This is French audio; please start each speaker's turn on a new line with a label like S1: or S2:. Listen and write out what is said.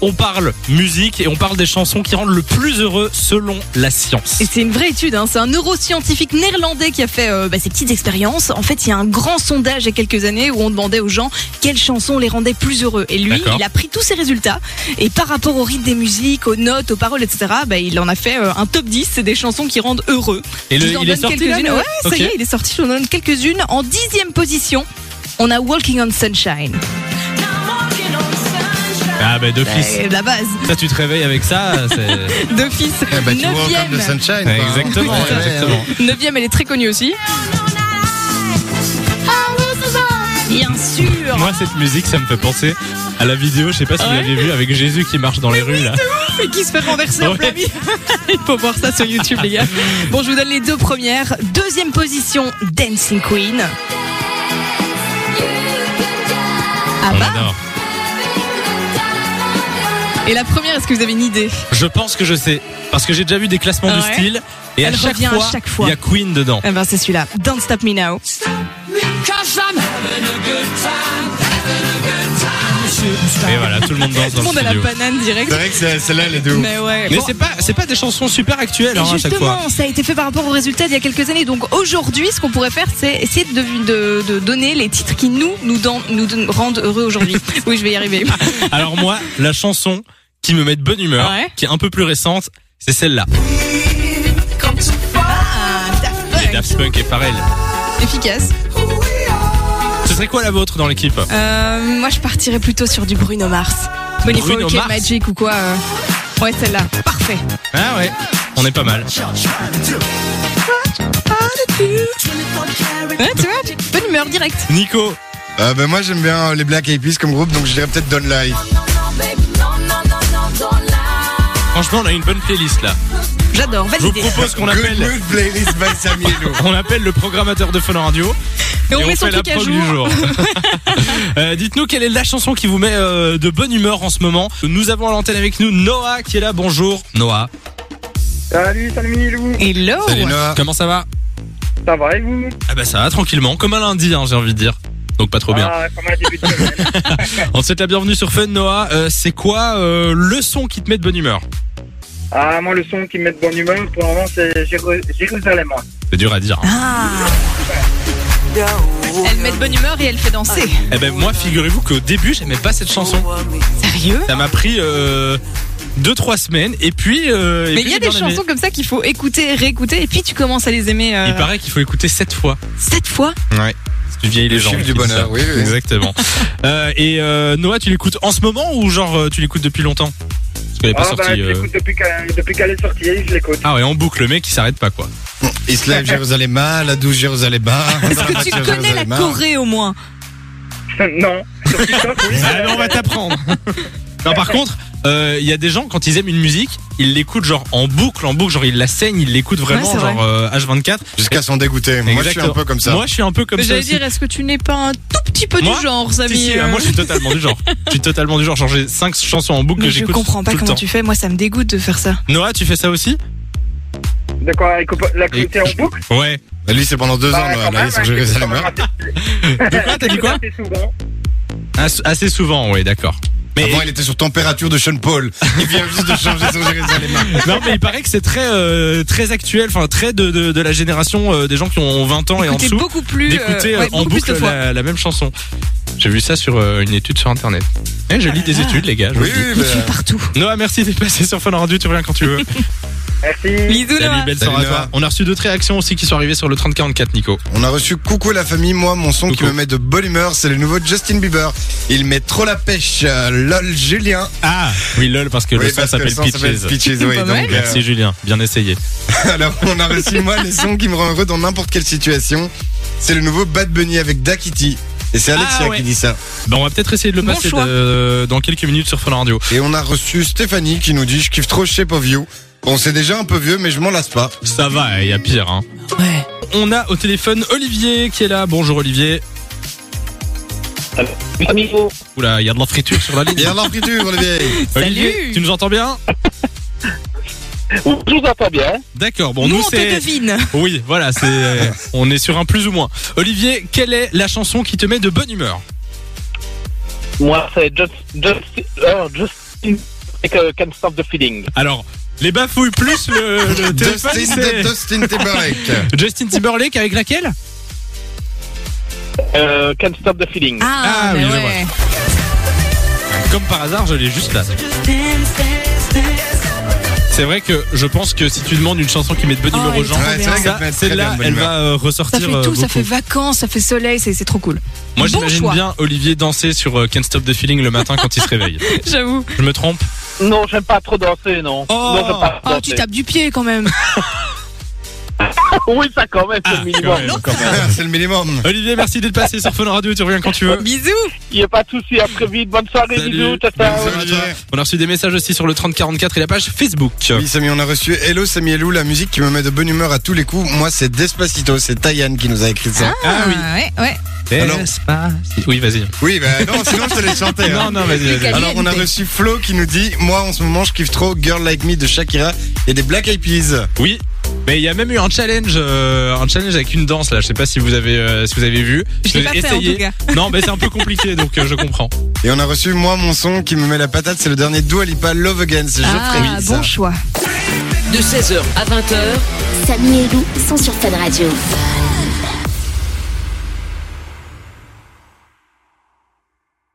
S1: On parle musique et on parle des chansons qui rendent le plus heureux selon la science.
S2: Et c'est une vraie étude, hein. c'est un neuroscientifique néerlandais qui a fait euh, bah, ces petites expériences. En fait, il y a un grand sondage il y a quelques années où on demandait aux gens quelles chansons les rendaient plus heureux. Et lui,
S1: D'accord.
S2: il a pris tous ses résultats et par rapport au rythme des musiques, aux notes, aux paroles, etc., bah, il en a fait euh, un top 10, c'est des chansons qui rendent heureux.
S1: Et
S2: Je vous en
S1: il est
S2: donne
S1: sorti là,
S2: quelques-unes.
S1: le-
S2: Ouais, ça
S1: Ok.
S2: y est, il est sorti, je vous en donne quelques-unes. En dixième position, on a Walking on Sunshine.
S1: Ah bah d'office.
S2: C'est Eh, la base
S1: Ça tu te réveilles avec ça, c'est...
S2: d'office.
S3: Eh
S1: bah,
S3: ben, tu vois, comme le
S2: Neuvième.
S3: sunshine.
S1: Ouais,
S3: quoi.
S1: exactement,
S2: euh,
S3: Ouais,
S1: exactement.
S3: ouais.
S2: Neuvième, elle est très connue aussi. Bien sûr
S1: Moi, cette musique, ça me fait penser à la vidéo, je sais pas si vous
S2: Ouais.
S1: l'avez vu, avec Jésus qui marche dans les rues, là.
S2: Et qui se fait renverser en
S1: Ouais.
S2: plein milieu. Il faut voir ça sur YouTube, les gars. Bon, je vous donne les deux premières. Deuxième position, Dancing Queen. Ah
S1: On
S2: bah
S1: adore.
S2: Et la première, est-ce que vous avez une idée
S1: Je pense que je sais, parce que j'ai déjà vu des classements du
S2: Ouais.
S1: style, et
S2: Elle
S1: à, chaque
S2: revient à
S1: fois,
S2: chaque fois.
S1: il y a Queen dedans.
S2: Eh ben, c'est celui-là. Don't Stop Me Now.
S1: Et voilà, tout le monde danse dans
S2: Tout
S1: le
S2: le monde a la
S1: studio.
S2: banane direct.
S3: C'est vrai que c'est- celle-là, elle est de ouf.
S2: Mais ouais.
S1: Mais
S2: Bon,
S1: c'est pas, c'est pas des chansons super actuelles hein,
S2: Et
S1: à chaque fois.
S2: justement, ça a été fait par rapport aux résultats d'il y a quelques années. Donc aujourd'hui, ce qu'on pourrait faire, c'est essayer de, de- de donner les titres qui nous nous, dan- nous don- rendent heureux aujourd'hui. oui, je vais y arriver.
S1: Alors moi, la chanson qui me met de bonne humeur,
S2: Ouais.
S1: qui est un peu plus récente, c'est celle-là.
S2: Ah,
S1: Et Daft Punk est pareil.
S2: Efficace.
S1: Ce serait quoi la vôtre dans l'équipe
S2: Euh, moi, je partirais plutôt sur du Bruno Mars. Bonnie
S1: Bruno
S2: Folk et
S1: Mars
S2: Magic ou quoi. euh. Ouais, celle-là. Parfait.
S1: Ah ouais, on est pas mal.
S2: Ouais, tu vois, j'ai bonne humeur direct.
S1: Nico,
S3: Euh, ben, moi, j'aime bien les Black Eyed Peas comme groupe, donc je dirais peut-être Don't Lie.
S1: franchement, on a une bonne playlist là.
S2: J'adore.
S1: Je vous
S2: Validé.
S1: propose qu'on
S3: Good
S1: appelle,
S3: Mood Playlist by Samy et Lou.
S1: on appelle le programmateur de Fun Radio
S2: Et on
S1: et on
S2: met son
S1: fait la
S2: truc à
S1: prog
S2: jour.
S1: du jour. Euh, Dites-nous quelle est la chanson qui vous met euh, de bonne humeur en ce moment. Nous avons à l'antenne avec nous Noah qui est là. Bonjour Noah.
S4: Salut, salut Minilou.
S2: Hello.
S3: Salut Noah.
S1: Comment ça va
S4: Ça va et vous
S1: Ah bah ça va tranquillement, comme un lundi hein, j'ai envie de dire. Donc pas trop bien.
S4: Ah, pas mal début de semaine.
S1: On te souhaite la bienvenue sur Fun Noah. Euh, c'est quoi euh, le son qui te met de bonne humeur
S4: ah, moi, le son qui me met de bonne humeur, pour le moment, c'est Jéru- Jérusalem. hein.
S1: C'est dur à dire. hein.
S2: Ah. Elle met de bonne humeur et elle fait danser.
S1: Eh ben moi, figurez-vous qu'au début, j'aimais pas cette chanson.
S2: Sérieux
S1: Ça m'a pris euh, deux trois semaines et puis. euh, et
S2: Mais il
S1: puis
S2: y a
S1: j'ai
S2: des
S1: bien aimé.
S2: chansons comme ça qu'il faut écouter, réécouter, et puis tu commences à les aimer euh,
S1: Il paraît qu'il faut écouter sept fois.
S2: sept fois.
S3: Ouais.
S1: Tu vieilles les
S3: Le
S1: gens.
S3: chiffre du
S1: qui disent
S3: bonheur,
S1: ça.
S3: oui, oui.
S1: Exactement. Euh, et euh, Noah, tu l'écoutes en ce moment ou genre euh, tu l'écoutes depuis longtemps Parce qu'elle est pas
S4: Ah, ben,
S3: bah,
S1: sortie.
S4: je
S1: euh.
S4: l'écoute depuis qu'elle depuis qu'elle est sortie, je l'écoute.
S1: Ah ouais, en boucle, le mec qui s'arrête pas quoi.
S3: Islam Jérusalem, ah, la ah, 12 Jérusalem.
S1: Ah
S2: Est-ce que tu connais la Corée au moins
S4: non. Sur TikTok, oui.
S1: Ah, mais on va t'apprendre. non, par contre, euh, il y a des gens quand ils aiment une musique, ils l'écoutent genre en boucle, en boucle, genre ils la saignent, ils l'écoutent vraiment
S2: Ouais, c'est vrai.
S1: genre euh, H24.
S3: Jusqu'à s'en dégoûter. Moi, je suis un
S1: Exactement.
S3: peu comme ça.
S1: Moi, je suis un peu comme ça.
S2: J'allais
S1: aussi.
S2: dire, est-ce que tu n'es pas un tout petit peu
S1: Moi
S2: du genre, Samy
S1: Si, si, ah,
S2: euh,
S1: moi, je suis totalement du genre. Je suis totalement du genre. Genre, j'ai cinq chansons en boucle
S2: Mais
S1: que
S2: je
S1: j'écoute
S2: comprends pas
S1: tout le
S2: comment
S1: temps.
S2: tu fais, moi ça me dégoûte de faire ça.
S1: Noah, tu fais ça aussi
S4: De quoi écoute- L'écouter en boucle
S1: Ouais.
S3: Bah, Lui, c'est pendant deux ans,
S4: Bah,
S3: Noah,
S4: quand
S3: là, il est sur
S4: même, hein,
S3: Jérusalem.
S4: quand même
S1: De quoi T'as dit quoi
S4: assez souvent.
S1: Asse- Assez souvent, ouais, d'accord. Mais
S3: Avant, il était sur Température de Sean Paul. Il vient juste de changer hein. sur Jérusalem.
S1: non, mais il paraît que c'est très euh, très actuel, enfin très de, de, de la génération euh, des gens qui ont 20 ans et en
S2: Écoutez
S1: dessous.
S2: beaucoup plus euh,
S1: d'écouter euh,
S2: ouais,
S1: en
S2: beaucoup plus de
S1: boucle
S2: fois.
S1: la, la même chanson. J'ai vu ça sur euh, une étude sur internet. Eh, je lis des
S2: Ah.
S1: études, les gars. je vous
S3: Oui,
S1: le dis.
S3: oui,
S2: Je
S3: bah,
S2: suis partout.
S1: Noah, merci d'être passé sur Fun Radio. Tu reviens quand tu veux.
S4: Merci.
S2: Bisous, Noah.
S1: Salut, belle
S3: Salut,
S1: soirée à
S3: Noah.
S1: toi. On a reçu d'autres réactions aussi qui sont arrivées sur le 3044, Nico.
S3: On a reçu Coucou la famille. Moi, mon son qui
S1: Coucou.
S3: me met de bonne humeur, c'est le nouveau Justin Bieber. Il met trop la pêche. Euh, lol, Julien.
S1: Ah, oui, lol, parce que
S3: Oui,
S1: le son
S3: parce que
S1: s'appelle
S3: le son s'appelle
S1: Pitches.
S3: Peaches, oui,
S2: Pas
S3: donc,
S2: mal.
S3: euh,
S1: Merci Julien, bien essayé.
S3: Alors, on a reçu, moi, les sons qui me rend heureux dans n'importe quelle situation. C'est le nouveau Bad Bunny avec Dakiti. Et c'est Alexia
S1: Ah ouais.
S3: qui dit ça.
S1: Bon, on va peut-être essayer de le
S2: Bon
S1: passer
S2: choix.
S1: de- dans quelques minutes sur Fun Radio.
S3: Et on a reçu Stéphanie qui nous dit Je kiffe trop Shape of You. Bon, c'est déjà un peu vieux, mais je m'en lasse pas.
S1: Ça va, il y a pire. Hein.
S2: Ouais.
S1: On a au téléphone Olivier qui est là. Bonjour Olivier. Oula, il y a de la friture sur la
S3: Et
S1: ligne.
S3: alors, friture, les vieilles.
S1: Olivier,
S2: Salut.
S1: tu nous entends bien
S4: Je vous entends bien.
S1: D'accord. Bon,
S2: Nous,
S1: nous,
S2: on te
S1: c'est
S2: devine.
S1: oui, voilà, c'est on est sur un plus ou moins. Olivier, quelle est la chanson qui te met de bonne humeur
S5: Moi, c'est Just, Just, euh, Just- avec euh, Can't Stop the Feeling.
S1: Alors, les bafouilles plus le, le téléphone,
S3: Dustin,
S1: c'est
S3: Dustin Timberlake.
S1: Justin Timberlake avec laquelle
S5: Euh, Can't Stop the Feeling.
S2: Ah,
S1: Ah,
S2: mais
S1: oui, je
S2: ouais.
S1: Comme par hasard, je l'ai juste là. C'est vrai que je pense que si tu demandes une chanson qui met de bonne
S2: Oh,
S1: humeur aux
S2: elle est
S1: gens,
S2: trop bien.
S1: ça,
S3: qu'elle peut être très bien
S1: celle-là,
S3: de bonne
S1: elle
S3: humeur.
S1: va euh, ressortir.
S2: Ça fait
S1: euh,
S2: tout, ça
S1: beaucoup.
S2: fait vacances, ça fait soleil, c'est c'est trop cool.
S1: Moi,
S2: bon
S1: j'imagine
S2: choix.
S1: bien Olivier danser sur euh, Can't Stop the Feeling le matin quand il se réveille.
S2: J'avoue.
S1: Je me trompe
S5: Non, j'aime pas trop danser, non.
S1: Oh.
S5: non, j'aime pas trop
S2: Ah, tu
S5: danser.
S2: tapes du pied quand même.
S5: oui, ça quand même, c'est
S1: Ah,
S5: le minimum.
S1: quand même, quand même.
S3: Ah, C'est le minimum.
S1: Olivier, merci d'être passé sur Fun Radio. Tu reviens quand tu veux.
S2: Bisous.
S5: Il n'y a pas de souci, à très vite. Bonne soirée,
S1: Salut.
S5: bisous, ciao, ciao.
S3: Bonne soirée à toi.
S1: On a reçu des messages aussi sur le 3044 et la page Facebook.
S2: Ah
S3: Oui, Samy, on a reçu Hello Samy Elou, la musique qui me met de bonne humeur à tous les coups. Moi, c'est Despacito, c'est Tayan qui nous a écrit ça.
S1: Ah oui.
S2: Ouais, ouais.
S3: Alors-
S1: Despacito. Oui, vas-y.
S3: Oui, bah non, sinon je te laisse chanter. hein.
S1: Non, non, vas-y. vas-y.
S2: Lucas.
S3: Alors, on a reçu Flo qui nous dit Moi, en ce moment, je kiffe trop Girl Like Me de Shakira et des Black Eyed Peas.
S1: Oui. Mais il y a même eu un challenge, euh, un challenge avec une danse là. Je sais pas si vous avez, euh, si vous avez vu.
S2: Je l'ai pas fait en
S1: Essayez.
S2: tout cas.
S1: Non, mais c'est un peu compliqué, donc euh, je comprends.
S3: Et on a reçu Moi, mon son qui me met la patate, c'est le dernier Dua Lipa Love Again. C'est Geoffrey
S2: Ah,
S3: qui dit ça.
S2: bon choix.
S6: De 16h à 20h,
S7: Samy et Lou sont sur Fun Radio.